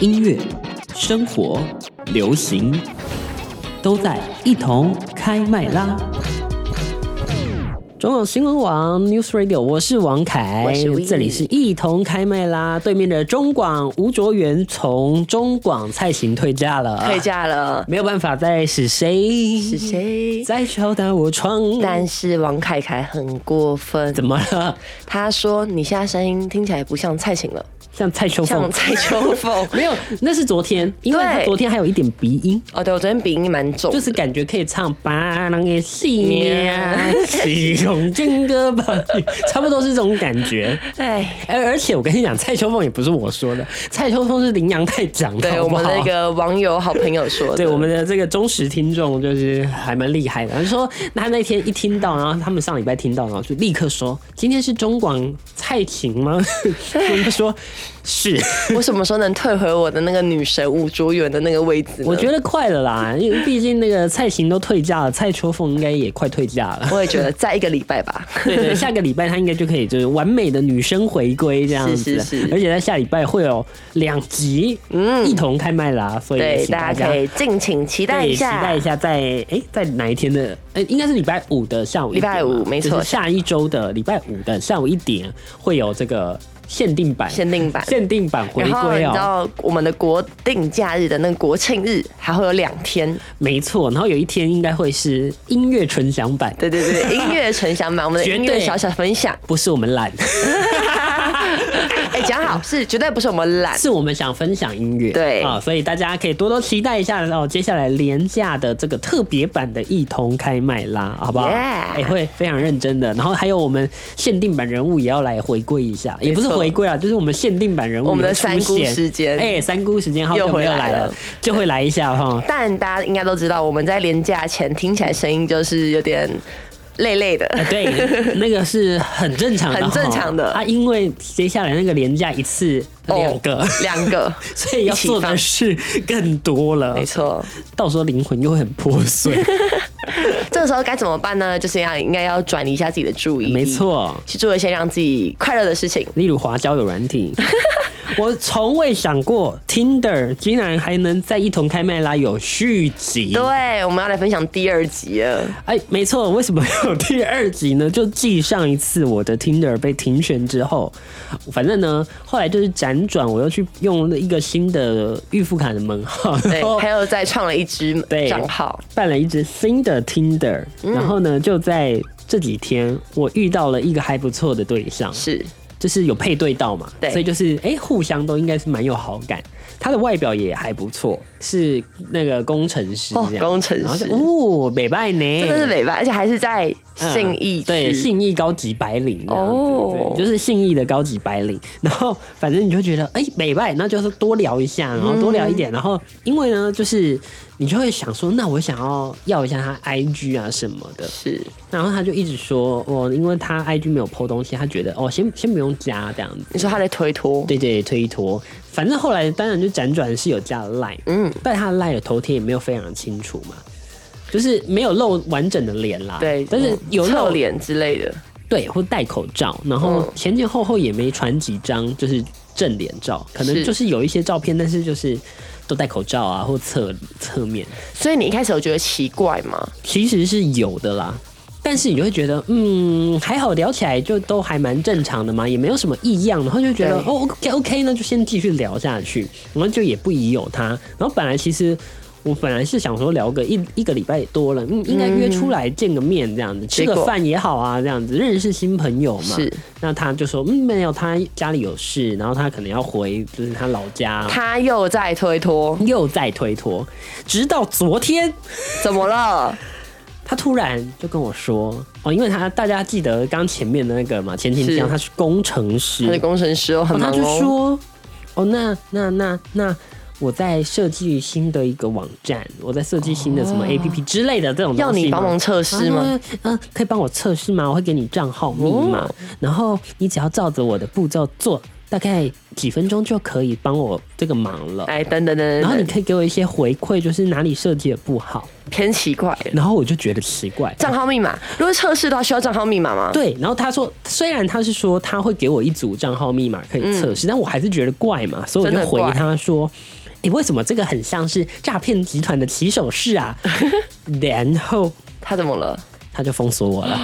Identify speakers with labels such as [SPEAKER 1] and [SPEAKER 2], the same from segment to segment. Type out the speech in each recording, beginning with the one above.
[SPEAKER 1] 音乐、生活、流行，都在一同开麦啦！中广新闻网 News Radio，我是王凯，
[SPEAKER 2] 我是 Winnie
[SPEAKER 1] 这里是一同开麦啦。对面的中广吴卓源从中广蔡琴退价了，
[SPEAKER 2] 退，价了，
[SPEAKER 1] 没有办法再是谁
[SPEAKER 2] 啊是谁？
[SPEAKER 1] 在敲打我窗？
[SPEAKER 2] 但是王凯凯很过分，
[SPEAKER 1] 怎么了？
[SPEAKER 2] 他说你现在声音听起来不像蔡琴了，
[SPEAKER 1] 像蔡秋凤
[SPEAKER 2] 像？蔡秋 凤。
[SPEAKER 1] 没有，那是昨天，因为他
[SPEAKER 2] 对
[SPEAKER 1] 昨天还有一点鼻音。
[SPEAKER 2] 哦，对我昨天鼻音蛮重，
[SPEAKER 1] 就是感觉可以唱《巴郎的戏呀，西龙金歌吧， 差不多是这种感觉。
[SPEAKER 2] 哎，
[SPEAKER 1] 而而且我跟你讲，蔡秋凤也不是我说的，蔡秋凤是羚羊太长的，
[SPEAKER 2] 对
[SPEAKER 1] 好
[SPEAKER 2] 我
[SPEAKER 1] 不
[SPEAKER 2] 们
[SPEAKER 1] 好
[SPEAKER 2] 那个网友好朋友说的，
[SPEAKER 1] 对我们的这个忠实听众就是还蛮厉害的，他说他那天一听到，然后他们上礼拜听到，然后就立刻说今天是中广蔡琴吗？ 我们说 是。
[SPEAKER 2] 我什么时候能退回我的那个女神吴卓源的那个位置呢？
[SPEAKER 1] 我觉得快了啦，因为毕竟那个蔡琴都退价了，蔡秋凤应该也快退价了。
[SPEAKER 2] 我也觉得在一个礼拜吧，
[SPEAKER 1] 对对，下个礼拜她应该就可以就是完美的女生回归这样子，
[SPEAKER 2] 是是是
[SPEAKER 1] 而且在下礼拜会有两集，嗯，一同开麦啦，所以
[SPEAKER 2] 对，
[SPEAKER 1] 请大
[SPEAKER 2] 大
[SPEAKER 1] 家
[SPEAKER 2] 家可以敬请期待
[SPEAKER 1] 对
[SPEAKER 2] 一
[SPEAKER 1] 期待
[SPEAKER 2] 下
[SPEAKER 1] 一。下在哎在哪一天的哎应该是礼拜五的下午一点嘛，
[SPEAKER 2] 礼拜五没错
[SPEAKER 1] 就是下一周的礼拜五的下午一点会有这个限定版，
[SPEAKER 2] 限定版
[SPEAKER 1] 限定版回
[SPEAKER 2] 然后你
[SPEAKER 1] 归
[SPEAKER 2] 知
[SPEAKER 1] 哦，
[SPEAKER 2] 道我们的国定假日的那个国庆日还会有两天，
[SPEAKER 1] 没错，然后有一天应该会是音乐纯享版，
[SPEAKER 2] 对对对，音乐纯享版，我 们的
[SPEAKER 1] 绝
[SPEAKER 2] 音
[SPEAKER 1] 对
[SPEAKER 2] 乐小小分享。
[SPEAKER 1] 不是我们懒，
[SPEAKER 2] 哎，讲好是绝对不是我们懒，
[SPEAKER 1] 是我们想分享音乐，
[SPEAKER 2] 对
[SPEAKER 1] 啊、所以大家可以多多期待一下哦。接下来廉价的这个特别版的一同开麦啦，好不好？
[SPEAKER 2] Yeah
[SPEAKER 1] 哎会非常认真的。然后还有我们限定版人物也要来回归一下，也不是
[SPEAKER 2] 没错
[SPEAKER 1] 回归啊，就是我们限定版人物
[SPEAKER 2] 我们的
[SPEAKER 1] 有出
[SPEAKER 2] 三姑
[SPEAKER 1] 现
[SPEAKER 2] 时间
[SPEAKER 1] 哎、三姑时间好久
[SPEAKER 2] 又
[SPEAKER 1] 没
[SPEAKER 2] 回
[SPEAKER 1] 有
[SPEAKER 2] 来
[SPEAKER 1] 来了，
[SPEAKER 2] 了
[SPEAKER 1] 就会来一下哈。
[SPEAKER 2] 但大家应该都知道，我们在廉价前听起来声音就是有点累累的。
[SPEAKER 1] 呃对，那个是很正常的哈，
[SPEAKER 2] 很正常的
[SPEAKER 1] 啊，因为接下来那个廉价一次
[SPEAKER 2] 哦
[SPEAKER 1] 两个，
[SPEAKER 2] 两个，
[SPEAKER 1] 所以要
[SPEAKER 2] 一起
[SPEAKER 1] 做的
[SPEAKER 2] 放
[SPEAKER 1] 事更多了
[SPEAKER 2] 没。错。
[SPEAKER 1] 到时候灵魂又会很破碎。
[SPEAKER 2] 这个时候该怎么办呢？就是要应该要转移一下自己的注意，
[SPEAKER 1] 没，错，
[SPEAKER 2] 去做一些让自己快乐的事情。
[SPEAKER 1] 例如滑交友软 体。我从未想过 Tinder 竟然还能在一同开麦啦有续集
[SPEAKER 2] 对。，我们要来分享第二集 了。
[SPEAKER 1] 哎，没错，为什么有第二集呢？就继上一次我的 Tinder 被停权之后，反正呢，后来就是辗转，我又去用了一个新的预付卡的门号，
[SPEAKER 2] 对
[SPEAKER 1] 然后，
[SPEAKER 2] 还有再创了一支
[SPEAKER 1] 哦对
[SPEAKER 2] 账号，
[SPEAKER 1] 办了一支新的 Tinder，、然
[SPEAKER 2] 嗯
[SPEAKER 1] 后呢，就在这几天我遇到了一个还不错的对象，
[SPEAKER 2] 是
[SPEAKER 1] 就是有配对到嘛，
[SPEAKER 2] 对
[SPEAKER 1] 所以就是哎、诶互相都应该是蛮有好感。他的外表也还不错，是那个工程师
[SPEAKER 2] 哦
[SPEAKER 1] 这样，
[SPEAKER 2] 工程
[SPEAKER 1] 然后
[SPEAKER 2] 师
[SPEAKER 1] 就哦，北拜呢，
[SPEAKER 2] 真的是美吧，而且还是在
[SPEAKER 1] 嗯
[SPEAKER 2] 信义区
[SPEAKER 1] 对，信义高级白领哦
[SPEAKER 2] 哦，
[SPEAKER 1] 对就是信义的高级白领。然后反正你就觉得，哎、美拜，那就是多聊一下，然后多聊一
[SPEAKER 2] 嗯
[SPEAKER 1] 点，然后因为呢，就是你就会想说，那我想要要一下他 IG 啊什么的，
[SPEAKER 2] 是
[SPEAKER 1] 然后他就一直说，哦，因为他 IG 没有 PO 东西，他觉得哦，先先不用加这样子。
[SPEAKER 2] 你说他在推脱，
[SPEAKER 1] 对对，推脱。反正后来当然就辗转是有加了 line，嗯，但他的 line 的头贴也没有非常清楚嘛，就是没有露完整的脸啦，
[SPEAKER 2] 对，
[SPEAKER 1] 但是
[SPEAKER 2] 嗯
[SPEAKER 1] 有露
[SPEAKER 2] 侧，脸之类的，
[SPEAKER 1] 对，或戴口罩，然后
[SPEAKER 2] 嗯
[SPEAKER 1] 前前后后也没传几张就是正脸照，可能
[SPEAKER 2] 是
[SPEAKER 1] 就是有一些照片，但是就是都戴口罩啊或侧侧面，
[SPEAKER 2] 所以你一开始有觉得奇怪吗？
[SPEAKER 1] 其实是有的啦。但是你就会觉得，嗯，还好聊起来就都还蛮正常的嘛，也没有什么异样，然后就觉得
[SPEAKER 2] 对
[SPEAKER 1] 哦，OK OK，那就先继续聊下去，然后就也不疑有他。然后本来其实我本来是想说聊个一一个礼拜也多了，嗯，应该约出来见个面这样子，吃
[SPEAKER 2] 嗯结
[SPEAKER 1] 个
[SPEAKER 2] 果
[SPEAKER 1] 饭也好啊，这样子认识新朋友嘛。
[SPEAKER 2] 是。
[SPEAKER 1] 那他就说，嗯，没有，他家里有事，然后他可能要回就是他老家，
[SPEAKER 2] 他又在推脱，
[SPEAKER 1] 又在推脱，直到昨天。
[SPEAKER 2] 怎么了？
[SPEAKER 1] 他突然就跟我说，哦，因为他大家记得刚前面的那个嘛，前情提要，
[SPEAKER 2] 是
[SPEAKER 1] 他是工程师，
[SPEAKER 2] 他是工程师哦，很
[SPEAKER 1] 哦、他
[SPEAKER 2] 忙
[SPEAKER 1] 就
[SPEAKER 2] 哦。
[SPEAKER 1] 说，哦，那那那那我在设计新的一个网站，我在设计新的什么 APP 之类的这种东西嘛
[SPEAKER 2] 哦要你帮忙测试吗？？哦
[SPEAKER 1] 嗯、可以帮我测试吗？我会给你账号密码，然后你只要照着我的步骤做。大概几分钟就可以帮我这个忙了。
[SPEAKER 2] 哎，等等等
[SPEAKER 1] 然后
[SPEAKER 2] 等
[SPEAKER 1] 你
[SPEAKER 2] 等，
[SPEAKER 1] 可以给我一些回馈，就是哪里设计的不好，
[SPEAKER 2] 偏奇怪了。
[SPEAKER 1] 然后我就觉得奇怪。
[SPEAKER 2] 账号密码，如果测试的话需要账号密码吗？
[SPEAKER 1] 对，然后他说，虽然他是说他会给我一组账号密码可以测试，但我还是觉得怪嘛，所以我就
[SPEAKER 2] 嗯真的
[SPEAKER 1] 回
[SPEAKER 2] 怪
[SPEAKER 1] 他说：“你、为什么这个很像是诈骗集团的起手式啊？” 然后
[SPEAKER 2] 他怎么了？
[SPEAKER 1] 他就封锁我了。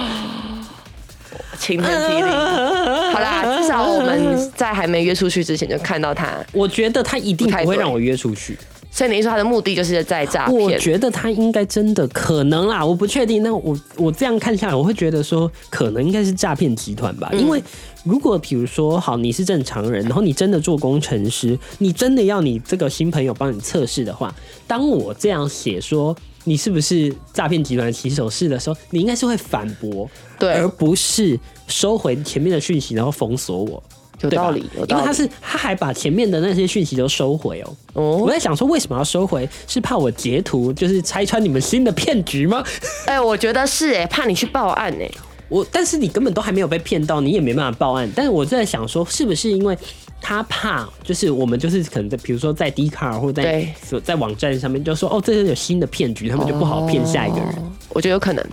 [SPEAKER 2] 情人 机灵。好啦，至少我们在还没约出去之前就看到他，
[SPEAKER 1] 我觉得他一定
[SPEAKER 2] 不太
[SPEAKER 1] 不会
[SPEAKER 2] 对
[SPEAKER 1] 让我约出去，
[SPEAKER 2] 所以你说他的目的就是在诈
[SPEAKER 1] 我
[SPEAKER 2] 骗？
[SPEAKER 1] 觉得他应该真的可能啦，我不确定。那我我这样看下来，我会觉得说，可能应该是诈骗集团
[SPEAKER 2] 嗯
[SPEAKER 1] 吧。因为如果比如说，好，你是正常人，然后你真的做工程师，你真的要你这个新朋友帮你测试的话，当我这样写说你是不是诈骗集团的起手式的时候，你应该是会反驳，
[SPEAKER 2] 对
[SPEAKER 1] 而不是收回前面的讯息，然后封锁我。
[SPEAKER 2] 有
[SPEAKER 1] 对吧
[SPEAKER 2] 道理，有
[SPEAKER 1] 因为
[SPEAKER 2] 道
[SPEAKER 1] 他
[SPEAKER 2] 理。
[SPEAKER 1] 是他还把前面的那些讯息都收回哦。
[SPEAKER 2] 哦
[SPEAKER 1] 我在想说，为什么要收回？是怕我截图，就是拆穿你们新的骗局吗？
[SPEAKER 2] 哎、我觉得是哎、怕你去报案哎、
[SPEAKER 1] 我，但是你根本都还没有被骗到，你也没办法报案。但是我在想说，是不是因为他怕，就是我们就是可能在，比如说在 d 卡或者在
[SPEAKER 2] 对
[SPEAKER 1] 在网站上面就说，哦，这是有新的骗局，他们就不好骗下一个人。
[SPEAKER 2] 我觉得有可能，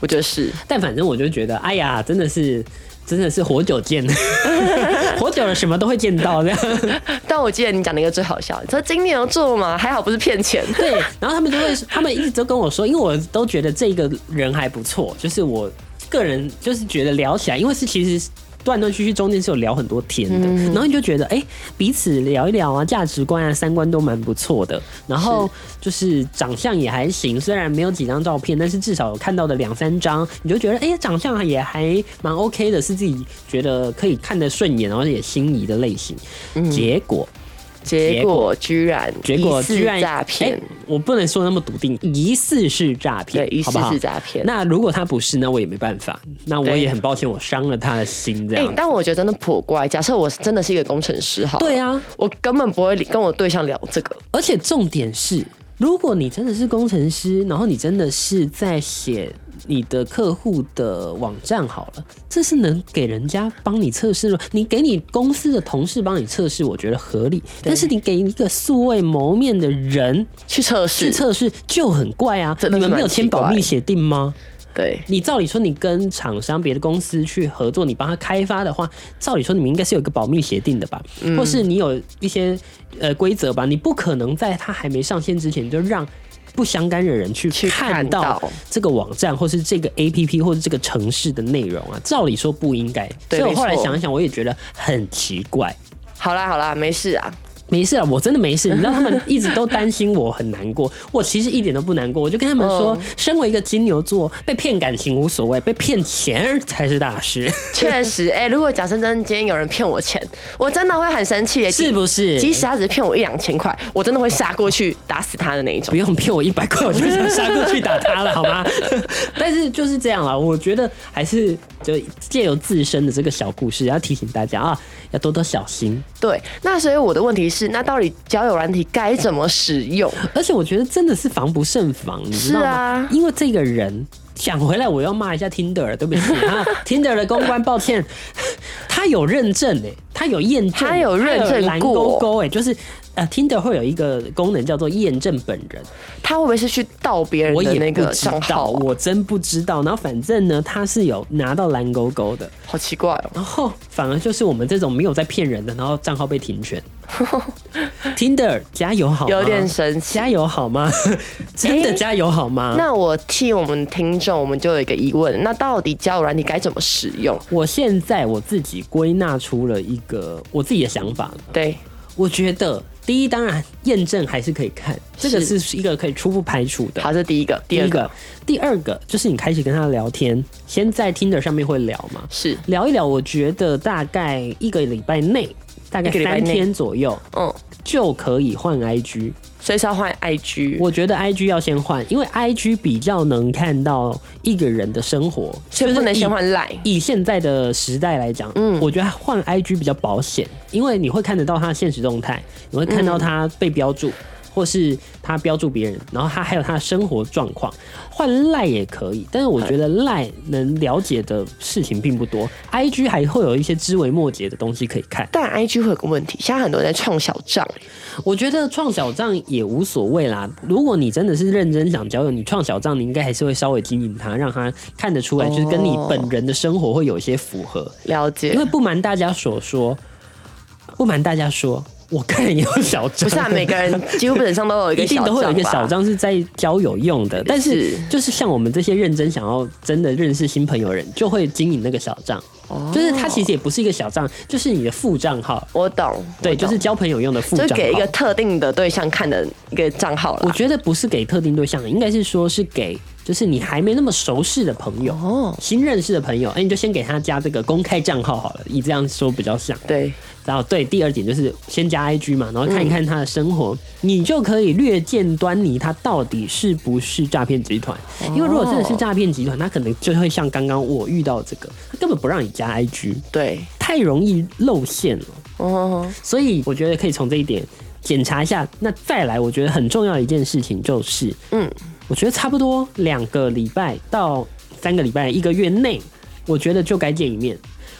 [SPEAKER 2] 我觉得是。
[SPEAKER 1] 但反正我就觉得，哎呀，真的是。真的是活久 见，活久了什么都会见到这样。
[SPEAKER 2] 但我记得你讲了一个最好笑，你说今年要做嘛，还好不是 骗钱。
[SPEAKER 1] 对，然后他们就会，他们一直都跟我说，因为我都觉得这个人还不错，就是我个人就是觉得聊起来，因为是其实。断断续续中间是有聊很多天的，然后你就觉得哎、彼此聊一聊啊，价值观啊、三观都蛮不错的，然后就是长相也还行，虽然没有几张照片，但是至少有看到的两三张，你就觉得哎、长相也还蛮 OK 的，是自己觉得可以看得顺眼，然后也心仪的类型。结果
[SPEAKER 2] 结果居然
[SPEAKER 1] 结果
[SPEAKER 2] 疑似
[SPEAKER 1] 居然
[SPEAKER 2] 诈骗
[SPEAKER 1] 哎，我不能说那么笃定，疑似是诈骗，
[SPEAKER 2] 对，疑似
[SPEAKER 1] 好不好
[SPEAKER 2] 是诈骗。
[SPEAKER 1] 那如果他不是，那我也没办法，那我
[SPEAKER 2] 对
[SPEAKER 1] 也很抱歉，我伤了他的心，这
[SPEAKER 2] 哎、
[SPEAKER 1] 样。
[SPEAKER 2] 但我觉得真的颇怪。假设我真的是一个工程师，好，
[SPEAKER 1] 对，啊，
[SPEAKER 2] 我根本不会理跟我对象聊这个。
[SPEAKER 1] 而且重点是，如果你真的是工程师，然后你真的是在写你的客户的网站好了，这是能给人家帮你测试的，你给你公司的同事帮你测试，我觉得合理。但是你给一个素未谋面的人
[SPEAKER 2] 去测
[SPEAKER 1] 去
[SPEAKER 2] 试，
[SPEAKER 1] 测试，就很怪啊！
[SPEAKER 2] 真
[SPEAKER 1] 你
[SPEAKER 2] 的是
[SPEAKER 1] 们没有
[SPEAKER 2] 蛮奇
[SPEAKER 1] 签保
[SPEAKER 2] 怪
[SPEAKER 1] 密协定吗？
[SPEAKER 2] 对，
[SPEAKER 1] 你照理说，你跟厂商别的公司去合作，你帮他开发的话，照理说你们应该是有一个保密协定的吧？或是你有一些呃规则吧？你不可能在他还没上线之前就让不相干的人去
[SPEAKER 2] 去看
[SPEAKER 1] 看到
[SPEAKER 2] 到
[SPEAKER 1] 这个网站，或是这个 APP，或是这个城市的内容啊。照理说不应该，所
[SPEAKER 2] 对
[SPEAKER 1] 以我后来
[SPEAKER 2] 没错
[SPEAKER 1] 想一想，我也觉得很奇怪。
[SPEAKER 2] 好啦好啦，没事啊，
[SPEAKER 1] 没事啊，我真的没事。你知道他们一直都担心我很难过，我其实一点都不难过。我就跟他们说，身为一个金牛座，被骗感情无所谓，被骗钱才是大事，
[SPEAKER 2] 确实，哎、如果假设真的今天有人骗我钱，我真的会很生气耶，
[SPEAKER 1] 是不是？
[SPEAKER 2] 即使他只是骗我一两千块，我真的会杀过去打死他的那一种
[SPEAKER 1] 不。用骗我一百块，我就想杀过去打他了，好吗？ 但是就是这样啦，我觉得还是就借由自身的这个小故事，要提醒大家啊，要多多小心。
[SPEAKER 2] 对，那所以我的问题是，那到底交友软体该怎么使用？
[SPEAKER 1] 而且我觉得真的是防不胜防，你知道吗？
[SPEAKER 2] 是啊
[SPEAKER 1] 因为这个人讲回来，我要骂一下 Tinder，对不起啊 ，Tinder 的公关，抱歉， 他有认证诶、他有验证，
[SPEAKER 2] 他有认证
[SPEAKER 1] 他有蓝
[SPEAKER 2] 过
[SPEAKER 1] 勾勾诶、就是呃，Tinder 会有一个功能叫做验证本人，
[SPEAKER 2] 他会不会是去盗别人
[SPEAKER 1] 我
[SPEAKER 2] 的
[SPEAKER 1] 也
[SPEAKER 2] 那
[SPEAKER 1] 不
[SPEAKER 2] 个
[SPEAKER 1] 知
[SPEAKER 2] 账
[SPEAKER 1] 道，
[SPEAKER 2] 号啊、
[SPEAKER 1] 我真不知道。然后反正呢，他是有拿到蓝勾勾的，
[SPEAKER 2] 好奇怪哦！
[SPEAKER 1] 然后反而就是我们这种没有在骗人的，然后账号被停 权。Tinder 加油好吗？啊
[SPEAKER 2] 有点神奇
[SPEAKER 1] 加油好吗？ 真的加油好吗？
[SPEAKER 2] 那我替我们听众，我们就有一个疑问：那到底交友软体该怎么使用？
[SPEAKER 1] 我现在我自己归纳出了一个我自己的想法，
[SPEAKER 2] 对，
[SPEAKER 1] 我觉得第一，当然验证还是可以看，这个
[SPEAKER 2] 是
[SPEAKER 1] 是一个可以初步排除的。
[SPEAKER 2] 好，这第一个，
[SPEAKER 1] 第
[SPEAKER 2] 第
[SPEAKER 1] 一
[SPEAKER 2] 二个
[SPEAKER 1] 个，第二个就是你开始跟他聊天，先在 Tinder 上面会聊嘛，
[SPEAKER 2] 是，
[SPEAKER 1] 聊一聊，我觉得大概一个礼拜内，大概
[SPEAKER 2] 一个礼拜
[SPEAKER 1] 三
[SPEAKER 2] 内
[SPEAKER 1] 天左右
[SPEAKER 2] 嗯，
[SPEAKER 1] 就可以换 IG。
[SPEAKER 2] 所以是要换 IG，
[SPEAKER 1] 我觉得 IG 要先换，因为 IG 比较能看到一个人的生活，
[SPEAKER 2] 所以不能先换 Line。
[SPEAKER 1] 以现在的时代来讲，嗯，我觉得换 IG 比较保险，因为你会看得到他的现实动态，你会看到他被标注。或是他标注别人，然后他还有他的生活状况，换赖也可以。但是我觉得赖能了解的事情并不多，IG 还会有一些枝微末节的东西可以看。
[SPEAKER 2] 但 IG 会有个问题，现在很多人在创小账，
[SPEAKER 1] 我觉得创小账也无所谓啦。如果你真的是认真想交友，你创小账，你应该还是会稍微经营它，让它看得出来，就是跟你本人的生活会有一些符合。
[SPEAKER 2] 了解
[SPEAKER 1] 因为？不瞒大家所说，不瞒大家说，我个人也有小账，
[SPEAKER 2] 不是啊，每个人 几乎本上都有一
[SPEAKER 1] 一
[SPEAKER 2] 个
[SPEAKER 1] 定
[SPEAKER 2] 小
[SPEAKER 1] 都会有一个
[SPEAKER 2] 吧
[SPEAKER 1] 小账是在交友用的，但是
[SPEAKER 2] 是
[SPEAKER 1] 就是像我们这些认真想要真的认识新朋友的人，就会经营那个小账。就是它其实也不是一个小账，就是你的副账号，
[SPEAKER 2] 我懂，
[SPEAKER 1] 对，
[SPEAKER 2] 我
[SPEAKER 1] 就
[SPEAKER 2] 懂
[SPEAKER 1] 是交朋友用的副
[SPEAKER 2] 就
[SPEAKER 1] 账
[SPEAKER 2] 是
[SPEAKER 1] 号。
[SPEAKER 2] 给一个特定的对象看的一个账号
[SPEAKER 1] 我
[SPEAKER 2] 啦。
[SPEAKER 1] 觉得不是给特定对象，应该是说是给就是你还没那么熟识的朋友，
[SPEAKER 2] 哦
[SPEAKER 1] 新认识的朋友，哎、你就先给他加这个公开账号好了，以这样说比较像。
[SPEAKER 2] 对，
[SPEAKER 1] 然后对，第二点就是先加 IG 嘛，然后看一看他的生活，你就可以略见端倪他到底是不是诈骗集团。因为如果真的是诈骗集团，他可能就会像刚刚我遇到这个，他根本不让你加 IG，
[SPEAKER 2] 对，
[SPEAKER 1] 太容易露馅了。
[SPEAKER 2] 哦，
[SPEAKER 1] 所以我觉得可以从这一点检查一下。那再来，我觉得很重要的一件事情就是，
[SPEAKER 2] 嗯，
[SPEAKER 1] 我觉得差不多两个礼拜到三个礼拜、一个月内，我觉得就该见一面。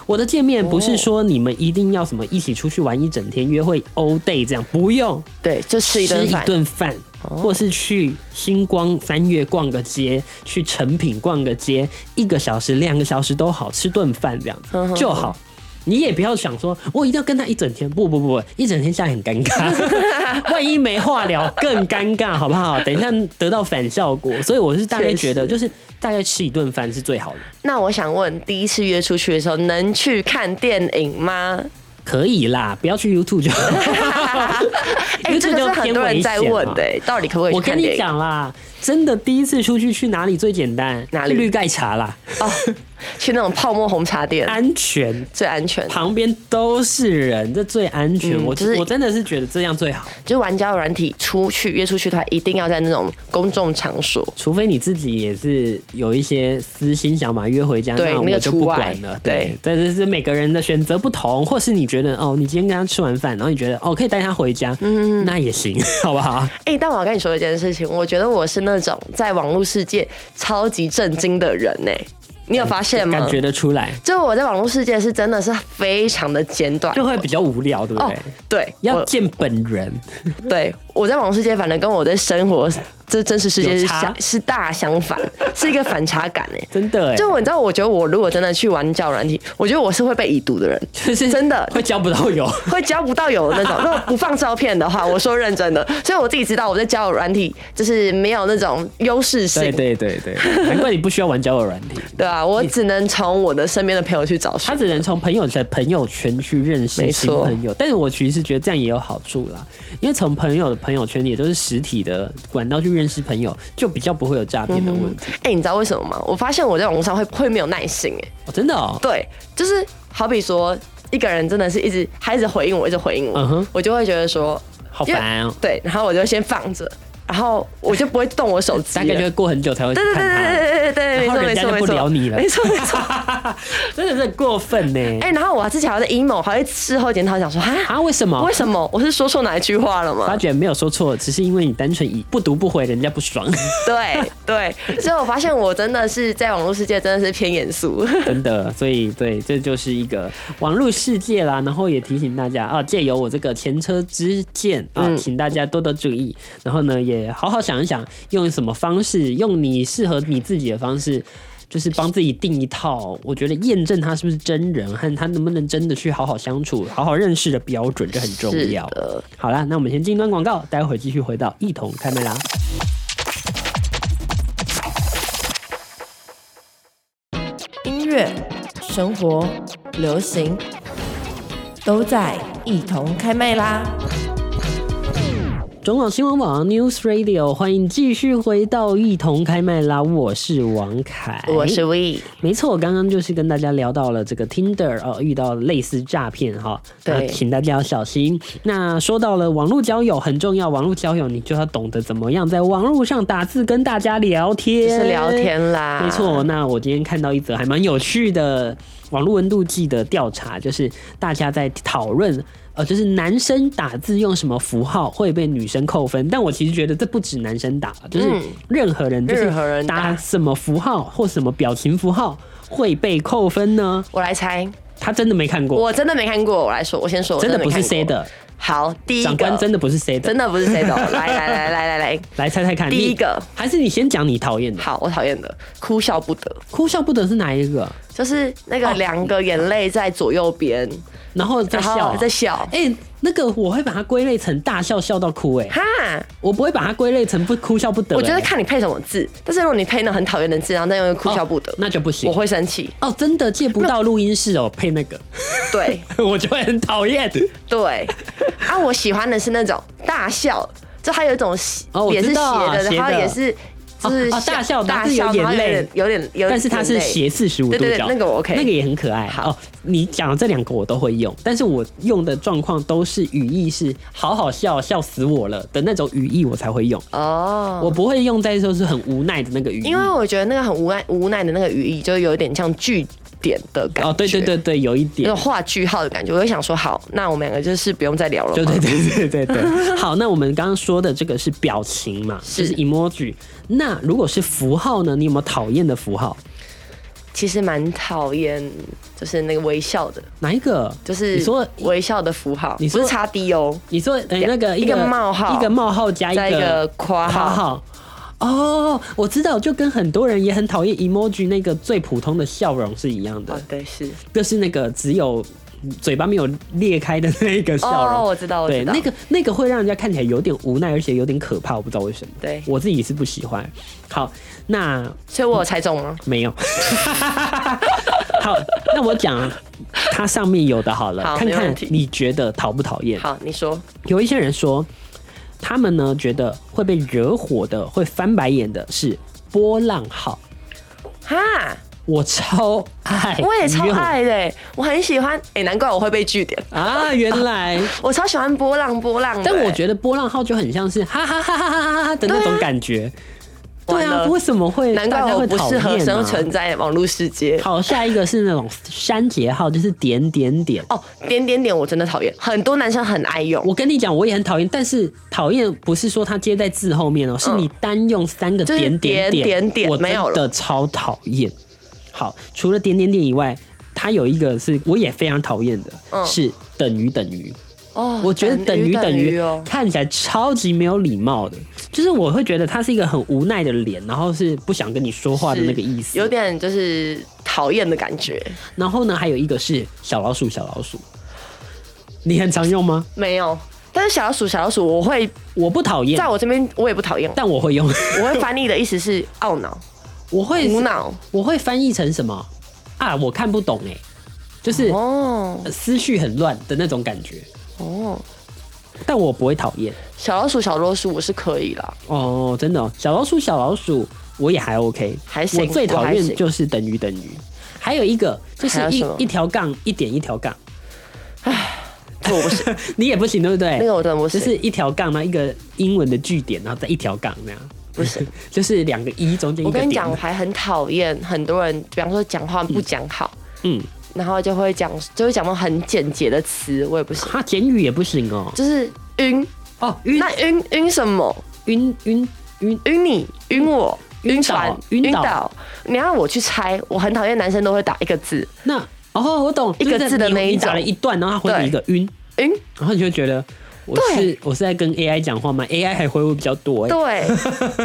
[SPEAKER 1] 我的见面不是说你们一定要什么一起出去玩一整天、约会 all day 这样，不用
[SPEAKER 2] 对，就吃一哦
[SPEAKER 1] 吃
[SPEAKER 2] 顿
[SPEAKER 1] 一
[SPEAKER 2] 饭，
[SPEAKER 1] 顿饭，或是去星光三月逛个街，去成品逛个街，一个小时、两个小时都好，吃顿饭这样子
[SPEAKER 2] 嗯哼
[SPEAKER 1] 就好。你也不要想说，我一定要跟他一整天，不不不，不一整天下来很尴 尬，万一没话聊更尴尬，好不好？等一下得到反效果，所以我是大概觉得，
[SPEAKER 2] 确
[SPEAKER 1] 就是大概吃一顿饭是最好的，
[SPEAKER 2] 那我想问，第一次约出去的时候能去看电 影吗？
[SPEAKER 1] 可以啦，不要去 YouTube 就 好。
[SPEAKER 2] 哎、这个是很多人在问的、哎到底可不可以
[SPEAKER 1] 啊我
[SPEAKER 2] 去
[SPEAKER 1] 跟
[SPEAKER 2] 看电
[SPEAKER 1] 你
[SPEAKER 2] 影？
[SPEAKER 1] 讲啦，真的第一次出去去哪里最简单？
[SPEAKER 2] 哪里
[SPEAKER 1] 去绿盖茶啦，
[SPEAKER 2] 哦， 去那种泡沫红茶店
[SPEAKER 1] 安全，
[SPEAKER 2] 最安全，
[SPEAKER 1] 旁边都是人，这最安全。
[SPEAKER 2] 嗯
[SPEAKER 1] 我
[SPEAKER 2] 就是
[SPEAKER 1] 我真的是觉得这样最好，
[SPEAKER 2] 就是玩交友软体出去约出去的话，一定要在那种公众场所。
[SPEAKER 1] 除非你自己也是有一些私心想把它约回家，
[SPEAKER 2] 对
[SPEAKER 1] 那
[SPEAKER 2] 那
[SPEAKER 1] 我
[SPEAKER 2] 个
[SPEAKER 1] 就不
[SPEAKER 2] 除外
[SPEAKER 1] 管了。
[SPEAKER 2] 对，
[SPEAKER 1] 但是是每个人的选择不同，或是你觉得哦，你今天跟他吃完饭，然后你觉得哦可以带他回家，嗯，那也行， 好不好？
[SPEAKER 2] 哎、但我要跟你说一件事情，我觉得我是那种在网络世界超级震惊的人呢、你有发现吗
[SPEAKER 1] 感？觉得出来，
[SPEAKER 2] 就我在网络世界是真的是非常的简短，
[SPEAKER 1] 就会比较无聊，对不
[SPEAKER 2] 哦
[SPEAKER 1] 对？，
[SPEAKER 2] 对，
[SPEAKER 1] 要
[SPEAKER 2] 我
[SPEAKER 1] 见本人，
[SPEAKER 2] 对我在网络世界，反正跟我的生活这真实世界
[SPEAKER 1] 有
[SPEAKER 2] 是
[SPEAKER 1] 差
[SPEAKER 2] 相是大相反， 是一个反差感哎、
[SPEAKER 1] 真的哎，
[SPEAKER 2] 就我你知道，我觉得我如果真的去玩交友软体，我觉得我是会被已读 的人，
[SPEAKER 1] 就是
[SPEAKER 2] 真的
[SPEAKER 1] 会交不到友。
[SPEAKER 2] 会交不到友的 那种。如果不放照片的话，我说认真的，所以我自己知道我在交友软体就是没有那种优势性，
[SPEAKER 1] 对对对对，难怪你不需要玩交友软体，
[SPEAKER 2] 对啊，我只能从我的身边的朋友去找寻
[SPEAKER 1] 他。只能从朋友的朋友圈去认识
[SPEAKER 2] 没
[SPEAKER 1] 新
[SPEAKER 2] 错
[SPEAKER 1] 朋友。但是我其实觉得这样也有好处啦，因为从朋友的朋友圈，也就是实体的管道去认识朋友，就比较不会有诈骗的问题。
[SPEAKER 2] 哎、你知道为什么吗？我发现我在网络上会会没有耐心哎、
[SPEAKER 1] 哦，真的哦，
[SPEAKER 2] 对，就是好比说一个人真的是一直他一直回应我，一直回应我，
[SPEAKER 1] 嗯哼
[SPEAKER 2] 我就会觉得说
[SPEAKER 1] 好
[SPEAKER 2] 因为
[SPEAKER 1] 烦哦，
[SPEAKER 2] 对，然后我就先放着，然后我就不会动我手机
[SPEAKER 1] 大
[SPEAKER 2] 了。
[SPEAKER 1] 概就会过很久才会去
[SPEAKER 2] 对对
[SPEAKER 1] 看他。
[SPEAKER 2] 对对对对对，
[SPEAKER 1] 然后
[SPEAKER 2] 没
[SPEAKER 1] 人家
[SPEAKER 2] 错
[SPEAKER 1] 就
[SPEAKER 2] 没
[SPEAKER 1] 不
[SPEAKER 2] 错
[SPEAKER 1] 聊你了
[SPEAKER 2] 没错没 错。
[SPEAKER 1] 真的是很过分呢、
[SPEAKER 2] 哎，然后我之前还在 emo，还会事后检讨，想说啊，
[SPEAKER 1] 啊，为什么
[SPEAKER 2] 为？什么我是说错哪一句话了
[SPEAKER 1] 发
[SPEAKER 2] 吗？
[SPEAKER 1] 觉没有说错，只是因为你单纯以不读不回，人家不爽，
[SPEAKER 2] 对对，所以我发现我真的是在网络世界真的是偏严肃。
[SPEAKER 1] 真的。所以对，这就是一个网络世界啦。然后也提醒大家啊，借由我这个前车之鉴啊，
[SPEAKER 2] 嗯
[SPEAKER 1] 请大家多多注意。然后呢，也好好想一想，用什么方式，用你适合你自己的方式。就是帮自己定一套，我觉得验证他是不是真人和他能不能真的去好好相处、好好认识的标准，这很重
[SPEAKER 2] 是
[SPEAKER 1] 要。
[SPEAKER 2] 的
[SPEAKER 1] 好啦，那我们先进一段广告，待会儿继续回到一同开麦啦。
[SPEAKER 3] 音乐、生活、流行，都在一同开麦啦！
[SPEAKER 1] 中广新闻网 News Radio，欢迎继续回到一同开麦啦！我是王凯，
[SPEAKER 2] 我是 We，
[SPEAKER 1] 没错，刚刚就是跟大家聊到了这个 Tinder 哦，遇到类似诈骗哈，
[SPEAKER 2] 对
[SPEAKER 1] 那请大家要小心。那说到了网络交友很重要，网络交友你就要懂得怎么样在网络上打字跟大家聊天，
[SPEAKER 2] 就是聊天啦，
[SPEAKER 1] 没错，那我今天看到一则还蛮有趣的网络温度计的调查，就是大家在讨论呃，就是男生打字用什么符号会被女生扣分，但我其实觉得这不止男生打，啊就是任何人，就是
[SPEAKER 2] 嗯任何人打
[SPEAKER 1] 打什么符号或什么表情符号会被扣分呢？
[SPEAKER 2] 我来猜，
[SPEAKER 1] 他真的没看过，
[SPEAKER 2] 我真的没看过。我来说，我先说，我
[SPEAKER 1] 真的
[SPEAKER 2] 没
[SPEAKER 1] 不是
[SPEAKER 2] 看过
[SPEAKER 1] C 的，
[SPEAKER 2] 好，第一
[SPEAKER 1] 长官
[SPEAKER 2] 个
[SPEAKER 1] 真的不是 C 的
[SPEAKER 2] 真，的不是 C 的。来来来来来来，
[SPEAKER 1] 来猜猜看，
[SPEAKER 2] 第一
[SPEAKER 1] 你
[SPEAKER 2] 个
[SPEAKER 1] 还是你先讲你讨厌的，
[SPEAKER 2] 好，我讨厌的，哭笑不得，
[SPEAKER 1] 哭笑不得是哪一个？
[SPEAKER 2] 就是那个两个眼泪在左右边，
[SPEAKER 1] 然后哦在
[SPEAKER 2] 然后
[SPEAKER 1] 笑啊，
[SPEAKER 2] 在笑，
[SPEAKER 1] 哎、那个我会把它归类成大笑笑到哭、哎，
[SPEAKER 2] 哈。
[SPEAKER 1] 我不会把它归类成不哭笑不得、
[SPEAKER 2] 我觉得
[SPEAKER 1] 哎
[SPEAKER 2] 看你配什么字，但是如果你配那很讨厌的字，然后再用一个哭笑不得
[SPEAKER 1] 哦，那就不行
[SPEAKER 2] 我。会生气。
[SPEAKER 1] 哦，真的借不到录音室哦，配那个，
[SPEAKER 2] 对
[SPEAKER 1] 我就会很讨厌。
[SPEAKER 2] 对，啊，我喜欢的是那种大笑，就它有一种斜
[SPEAKER 1] 哦我
[SPEAKER 2] 也是
[SPEAKER 1] 知
[SPEAKER 2] 斜
[SPEAKER 1] 道啊
[SPEAKER 2] 的，
[SPEAKER 1] 斜
[SPEAKER 2] 然后
[SPEAKER 1] 的
[SPEAKER 2] 也是就是
[SPEAKER 1] 哦哦大笑然
[SPEAKER 2] 大
[SPEAKER 1] 后是有
[SPEAKER 2] 笑，
[SPEAKER 1] 眼
[SPEAKER 2] 然后有
[SPEAKER 1] 泪
[SPEAKER 2] 点有点 有，
[SPEAKER 1] 但是它是
[SPEAKER 2] 眼泪
[SPEAKER 1] 斜四十五度
[SPEAKER 2] 对
[SPEAKER 1] 角
[SPEAKER 2] 对对，那个我 OK，
[SPEAKER 1] 那个也很可爱。
[SPEAKER 2] 好
[SPEAKER 1] 哦，你讲的这两个我都会用，但是我用的状况都是语义是好好笑，笑死我了的那种语义，我才会用。
[SPEAKER 2] 哦。
[SPEAKER 1] 我不会用在说是很无奈的那个语义。
[SPEAKER 2] 因为我觉得那个很无奈无奈的那个语义，就有点像句点的感觉。
[SPEAKER 1] 哦，对对。对对，有一点
[SPEAKER 2] 有。画句号的感觉，我就想说，好，那我们两个就是不用再聊了
[SPEAKER 1] 对
[SPEAKER 2] 嘛。
[SPEAKER 1] 对对对对对。 好，那我们刚刚说的这个是表情嘛，
[SPEAKER 2] 是
[SPEAKER 1] 就是 emoji。那如果是符号呢？你有没有讨厌的符号？
[SPEAKER 2] 其实蛮讨厌，就是那个微笑的，
[SPEAKER 1] 哪一个？
[SPEAKER 2] 就是
[SPEAKER 1] 你说
[SPEAKER 2] 微笑的符号，
[SPEAKER 1] 你
[SPEAKER 2] 不
[SPEAKER 1] 说
[SPEAKER 2] 是叉 D 哦，
[SPEAKER 1] 你说哎、
[SPEAKER 2] 两
[SPEAKER 1] 那个
[SPEAKER 2] 一个冒号
[SPEAKER 1] 一个冒号加一
[SPEAKER 2] 在一个
[SPEAKER 1] 个
[SPEAKER 2] 括
[SPEAKER 1] 括
[SPEAKER 2] 号，
[SPEAKER 1] 号。哦，我知道，就跟很多人也很讨厌 emoji 那个最普通的笑容是一样的，
[SPEAKER 2] 哦，对，是
[SPEAKER 1] 就是那个只有嘴巴没有裂开的那一个笑容。
[SPEAKER 2] 哦，我知道，我
[SPEAKER 1] 对，
[SPEAKER 2] 知道，
[SPEAKER 1] 那个那个会让人家看起来有点无奈，而且有点可怕，我不知道为什么。
[SPEAKER 2] 对
[SPEAKER 1] 我自己是不喜欢。好，那
[SPEAKER 2] 所以我有猜中啊吗？
[SPEAKER 1] 没 有。好，那我讲它上面有的好了，
[SPEAKER 2] 好
[SPEAKER 1] 看
[SPEAKER 2] 没
[SPEAKER 1] 看
[SPEAKER 2] 问题
[SPEAKER 1] 你觉得讨不讨厌。
[SPEAKER 2] 好，你说，
[SPEAKER 1] 有一些人说，他们呢觉得会被惹火的、会翻白眼的是波浪号，
[SPEAKER 2] 哈，
[SPEAKER 1] 我超爱用，
[SPEAKER 2] 我也超爱的欸，我哎很喜欢，哎，难怪我会被据点，
[SPEAKER 1] 啊！原来，
[SPEAKER 2] 我超喜欢波浪波浪的欸，
[SPEAKER 1] 但我觉得波浪号就很像是哈哈哈哈哈哈哈的那种感觉。对
[SPEAKER 2] 完
[SPEAKER 1] 啊，
[SPEAKER 2] 了
[SPEAKER 1] 为什么会
[SPEAKER 2] 难怪
[SPEAKER 1] 大家
[SPEAKER 2] 我
[SPEAKER 1] 会
[SPEAKER 2] 不
[SPEAKER 1] 讨
[SPEAKER 2] 适
[SPEAKER 1] 厌
[SPEAKER 2] 合生
[SPEAKER 1] 啊
[SPEAKER 2] 存在网络世界。
[SPEAKER 1] 好，下一个是那种删节号，就是点点点。
[SPEAKER 2] 哦，点点点，我真的讨厌，很多男生很爱用。
[SPEAKER 1] 我跟你讲，我也很讨厌，但是讨厌不是说它接在字后面哦、是你单用三个
[SPEAKER 2] 就是
[SPEAKER 1] 点点
[SPEAKER 2] 点点点
[SPEAKER 1] 我
[SPEAKER 2] 没有
[SPEAKER 1] 真的超讨厌。好，除了点点点以外，它有一个是我也非常讨厌的，
[SPEAKER 2] 嗯
[SPEAKER 1] 是等于等于。
[SPEAKER 2] 哦
[SPEAKER 1] 我觉得等于等于
[SPEAKER 2] 哦，
[SPEAKER 1] 看起来超级没有礼貌的，就是我会觉得他是一个很无奈的脸，然后是不想跟你说话的那个意思。
[SPEAKER 2] 有点就是讨厌的感觉。
[SPEAKER 1] 然后呢，还有一个是小老鼠，小老鼠，你很常用吗？
[SPEAKER 2] 没有，但是小老鼠小老鼠，我会
[SPEAKER 1] 我不讨厌
[SPEAKER 2] 在，我这边我也不讨厌，
[SPEAKER 1] 但我会 用，
[SPEAKER 2] 我会翻译的意思是懊恼、
[SPEAKER 1] 我会
[SPEAKER 2] 无脑。
[SPEAKER 1] 我会翻译成什么啊？我看不懂哎、就是
[SPEAKER 2] 哦
[SPEAKER 1] 思绪很乱的那种感觉，
[SPEAKER 2] 哦，
[SPEAKER 1] 但我不会讨厌
[SPEAKER 2] 小老鼠小老鼠，我是可以啦。
[SPEAKER 1] 哦，真的哦、小老鼠，小老鼠，我也还 OK，
[SPEAKER 2] 还行
[SPEAKER 1] 我最
[SPEAKER 2] 我
[SPEAKER 1] 讨
[SPEAKER 2] 还
[SPEAKER 1] 厌
[SPEAKER 2] 行
[SPEAKER 1] 就是等于等于，还有一个就是
[SPEAKER 2] 还有
[SPEAKER 1] 一
[SPEAKER 2] 什么
[SPEAKER 1] 一条杠一点一条杠，
[SPEAKER 2] 这我不是，
[SPEAKER 1] 你也不行对不对？
[SPEAKER 2] 那个我真的不，
[SPEAKER 1] 哎就是是一条杠，然后一个英文的句点，然后再一条杠那样，
[SPEAKER 2] 不是。
[SPEAKER 1] 就是两个一中间一
[SPEAKER 2] 我
[SPEAKER 1] 个点。
[SPEAKER 2] 跟你讲，我还很讨厌很多人，比方说讲话不讲好，
[SPEAKER 1] 嗯，
[SPEAKER 2] 然后就会讲，就会讲到很简洁的词，我也不行，
[SPEAKER 1] 哈，简语也不行哦。
[SPEAKER 2] 就是晕。
[SPEAKER 1] 哦，晕
[SPEAKER 2] 那晕晕什么？
[SPEAKER 1] 晕晕晕，
[SPEAKER 2] 晕你，晕我，
[SPEAKER 1] 晕
[SPEAKER 2] 晕船
[SPEAKER 1] 倒，晕倒
[SPEAKER 2] 你要让我去猜，我很讨厌男生都会打一个字，
[SPEAKER 1] 那哦，我懂，
[SPEAKER 2] 一个
[SPEAKER 1] 就是
[SPEAKER 2] 字的
[SPEAKER 1] 你
[SPEAKER 2] 那一
[SPEAKER 1] 你打
[SPEAKER 2] 种
[SPEAKER 1] 了一段，然后他回你一个晕，
[SPEAKER 2] 晕。
[SPEAKER 1] 然后你就觉得我
[SPEAKER 2] 对
[SPEAKER 1] 是我是在跟 AI 讲话吗？AI 还回我比较多欸
[SPEAKER 2] 对，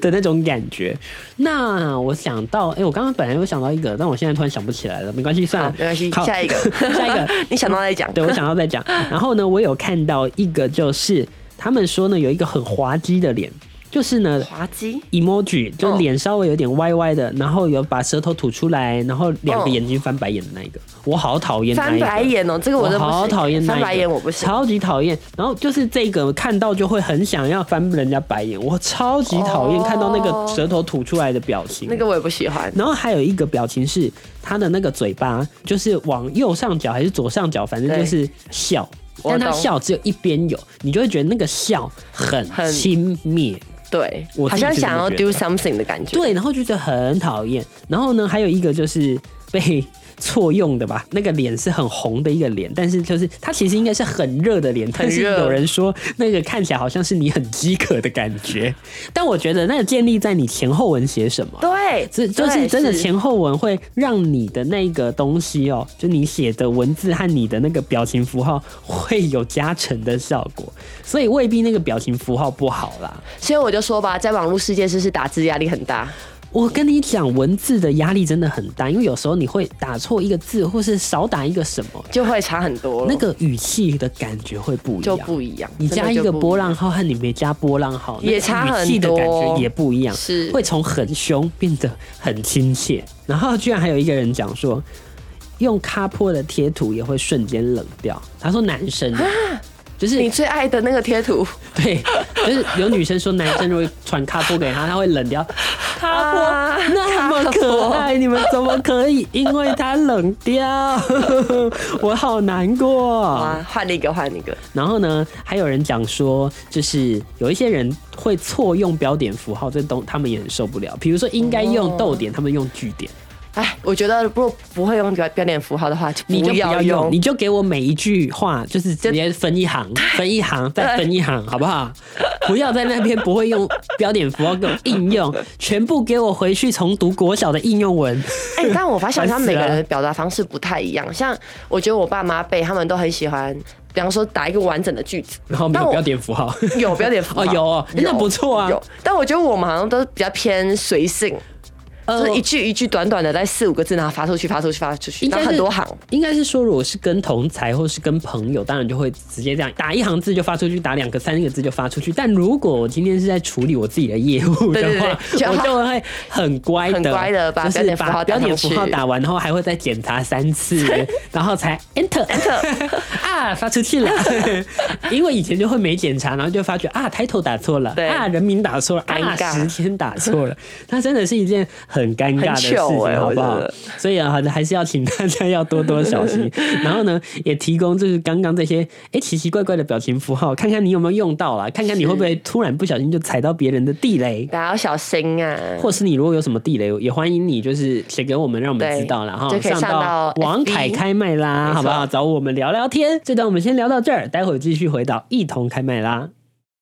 [SPEAKER 1] 的那种感觉。那我想到，哎，我刚刚本来有想到一个，但我现在突然想不起来了，没关系，算
[SPEAKER 2] 好
[SPEAKER 1] 了，
[SPEAKER 2] 没关系，
[SPEAKER 1] 啊好，
[SPEAKER 2] 下一个
[SPEAKER 1] 下一个，
[SPEAKER 2] 你想到再讲。
[SPEAKER 1] 对我想要再讲。然后呢，我有看到一个，就是他们说呢，有一个很滑稽的脸，就是呢。
[SPEAKER 2] 滑稽，
[SPEAKER 1] emoji 就
[SPEAKER 2] 嗯
[SPEAKER 1] 脸稍微有点歪歪的，然后有把舌头吐出来，然后两个
[SPEAKER 2] 嗯
[SPEAKER 1] 眼睛翻白眼的那一个，我好讨厌那
[SPEAKER 2] 翻
[SPEAKER 1] 一个。
[SPEAKER 2] 白眼哦，这个我
[SPEAKER 1] 我
[SPEAKER 2] 真的不行
[SPEAKER 1] 好讨厌那一
[SPEAKER 2] 翻
[SPEAKER 1] 个
[SPEAKER 2] 白眼，我不行。
[SPEAKER 1] 超级讨厌。然后就是这个看到就会很想要翻人家白眼，我超级讨厌
[SPEAKER 2] 哦
[SPEAKER 1] 看到那个舌头吐出来的表情。
[SPEAKER 2] 那个我也不喜欢，
[SPEAKER 1] 然后还有一个表情是他的那个嘴巴，就是往右上角还是左上角，反正
[SPEAKER 2] 对
[SPEAKER 1] 就是笑，
[SPEAKER 2] 我
[SPEAKER 1] 但他
[SPEAKER 2] 懂
[SPEAKER 1] 笑只有一边有，你就会觉得那个笑很
[SPEAKER 2] 很
[SPEAKER 1] 轻蔑。
[SPEAKER 2] 对
[SPEAKER 1] 我，自
[SPEAKER 2] 好
[SPEAKER 1] 己
[SPEAKER 2] 像
[SPEAKER 1] 是这么
[SPEAKER 2] 想要
[SPEAKER 1] 觉得
[SPEAKER 2] do something 的感觉。
[SPEAKER 1] 对，然后就觉得很讨厌。然后呢，还有一个就是被错用的吧？ 那个脸是很红的一个脸，但是就是它其实应该是很热的脸，但是
[SPEAKER 2] 热
[SPEAKER 1] 有人说那个看起来好像是你很饥渴的感觉，但我觉得那个建立在你前后文写什么。
[SPEAKER 2] 对，
[SPEAKER 1] 这就是
[SPEAKER 2] 对
[SPEAKER 1] 真的前后文会让你的那个东西哦，就你写的文字和你的那个表情符号会有加成的效果，所以未必那个表情符号不好啦。
[SPEAKER 2] 所以我就说吧，在网络世界是不是打字压力很大？
[SPEAKER 1] 我跟你讲，文字的压力真的很大，因为有时候你会打错一个字，或是少打一个什么，
[SPEAKER 2] 就会差很多了，
[SPEAKER 1] 那个语气的感觉会不一样。
[SPEAKER 2] 就不一样。
[SPEAKER 1] 你加一
[SPEAKER 2] 真的
[SPEAKER 1] 个
[SPEAKER 2] 就不
[SPEAKER 1] 波浪号和你没加波浪号，
[SPEAKER 2] 也差
[SPEAKER 1] 那个
[SPEAKER 2] 很
[SPEAKER 1] 语气的感觉
[SPEAKER 2] 多
[SPEAKER 1] 也不一样，
[SPEAKER 2] 是
[SPEAKER 1] 会从很凶变得很亲切。然后居然还有一个人讲说，用卡坡的贴图也会瞬间冷掉。他说男生啊就是
[SPEAKER 2] 一样你最爱的那个贴 图，
[SPEAKER 1] 对，就是有女生说男生如果传卡波给他，他会冷掉。卡波、
[SPEAKER 2] 啊
[SPEAKER 1] 那么可
[SPEAKER 2] 卡
[SPEAKER 1] 爱，你们怎么可以因为他冷掉？ 我好难过。
[SPEAKER 2] 啊，换一个，换一个，
[SPEAKER 1] 然后呢，还有人讲说，就是有一些人会错用标点符号，这东他们也很受不了。比如说，应该用逗点，他们用句点，
[SPEAKER 2] 哎，我觉得如果不会用标标点符号的话，就
[SPEAKER 1] 你就不
[SPEAKER 2] 要
[SPEAKER 1] 要用，你就给我每一句话就是直接分一行，分一行，再分一行，好不好？不要在那边不会用标点符号给我应用，全部给我回去重读国小的应用文。
[SPEAKER 2] 哎、但我发现好像每个
[SPEAKER 1] 烦
[SPEAKER 2] 人
[SPEAKER 1] 死了
[SPEAKER 2] 的表达方式不太一样。像我觉得我爸妈辈他们都很喜欢，比方说打一个完整的句子，
[SPEAKER 1] 然后没
[SPEAKER 2] 但
[SPEAKER 1] 有
[SPEAKER 2] 我
[SPEAKER 1] 标点符号，
[SPEAKER 2] 有标点符 号
[SPEAKER 1] 哦有哦那不错啊
[SPEAKER 2] 有，但我觉得我们好像都比较偏随性，
[SPEAKER 1] 呃
[SPEAKER 2] 就是一句一句短短的，在四五个字，然后发出去，发出去，发出去，
[SPEAKER 1] 应该
[SPEAKER 2] 然
[SPEAKER 1] 是
[SPEAKER 2] 后很多行。
[SPEAKER 1] 应该是说，如果是跟同才或是跟朋友，当然就会直接这样打一行字就发出去，打两个、三个字就发出去。但如果我今天是在处理我自己的业务的
[SPEAKER 2] 对对对
[SPEAKER 1] 话，
[SPEAKER 2] 就
[SPEAKER 1] 我就会很乖的，
[SPEAKER 2] 很乖地把
[SPEAKER 1] 就是把标
[SPEAKER 2] 标点
[SPEAKER 1] 点
[SPEAKER 2] 符
[SPEAKER 1] 符号
[SPEAKER 2] 号打上去
[SPEAKER 1] 打完，然后还会再检查三 次，然后才 enter enter 啊发出 去了。因为以前就会没检查，然后就发觉啊 title 打错了，
[SPEAKER 2] 对
[SPEAKER 1] 啊人名打错了，
[SPEAKER 2] 尴
[SPEAKER 1] 啊
[SPEAKER 2] 尬
[SPEAKER 1] 时间打错 了，它真的是一件很尴尬的事
[SPEAKER 2] 很糗
[SPEAKER 1] 情，
[SPEAKER 2] 欸
[SPEAKER 1] 好不
[SPEAKER 2] 我
[SPEAKER 1] 好
[SPEAKER 2] 觉得？
[SPEAKER 1] 所以啊，还还是要请大家要多多小心。然后呢，也提供就是刚刚这些哎、诶奇奇怪怪的表情符号，看看你有没有用到啦，看看你会不会突然不小心就踩到别人的地雷。
[SPEAKER 2] 大家要小心啊！
[SPEAKER 1] 或是你如果有什么地雷，也欢迎你就是写给我们，让我们
[SPEAKER 2] 对
[SPEAKER 1] 知道了哈。
[SPEAKER 2] 就可以上到
[SPEAKER 1] 到
[SPEAKER 2] FB
[SPEAKER 1] 王凯开麦啦，
[SPEAKER 2] 没错
[SPEAKER 1] 好不好？找我们聊聊天。这段我们先聊到这儿，待会儿继续回到一同开麦啦。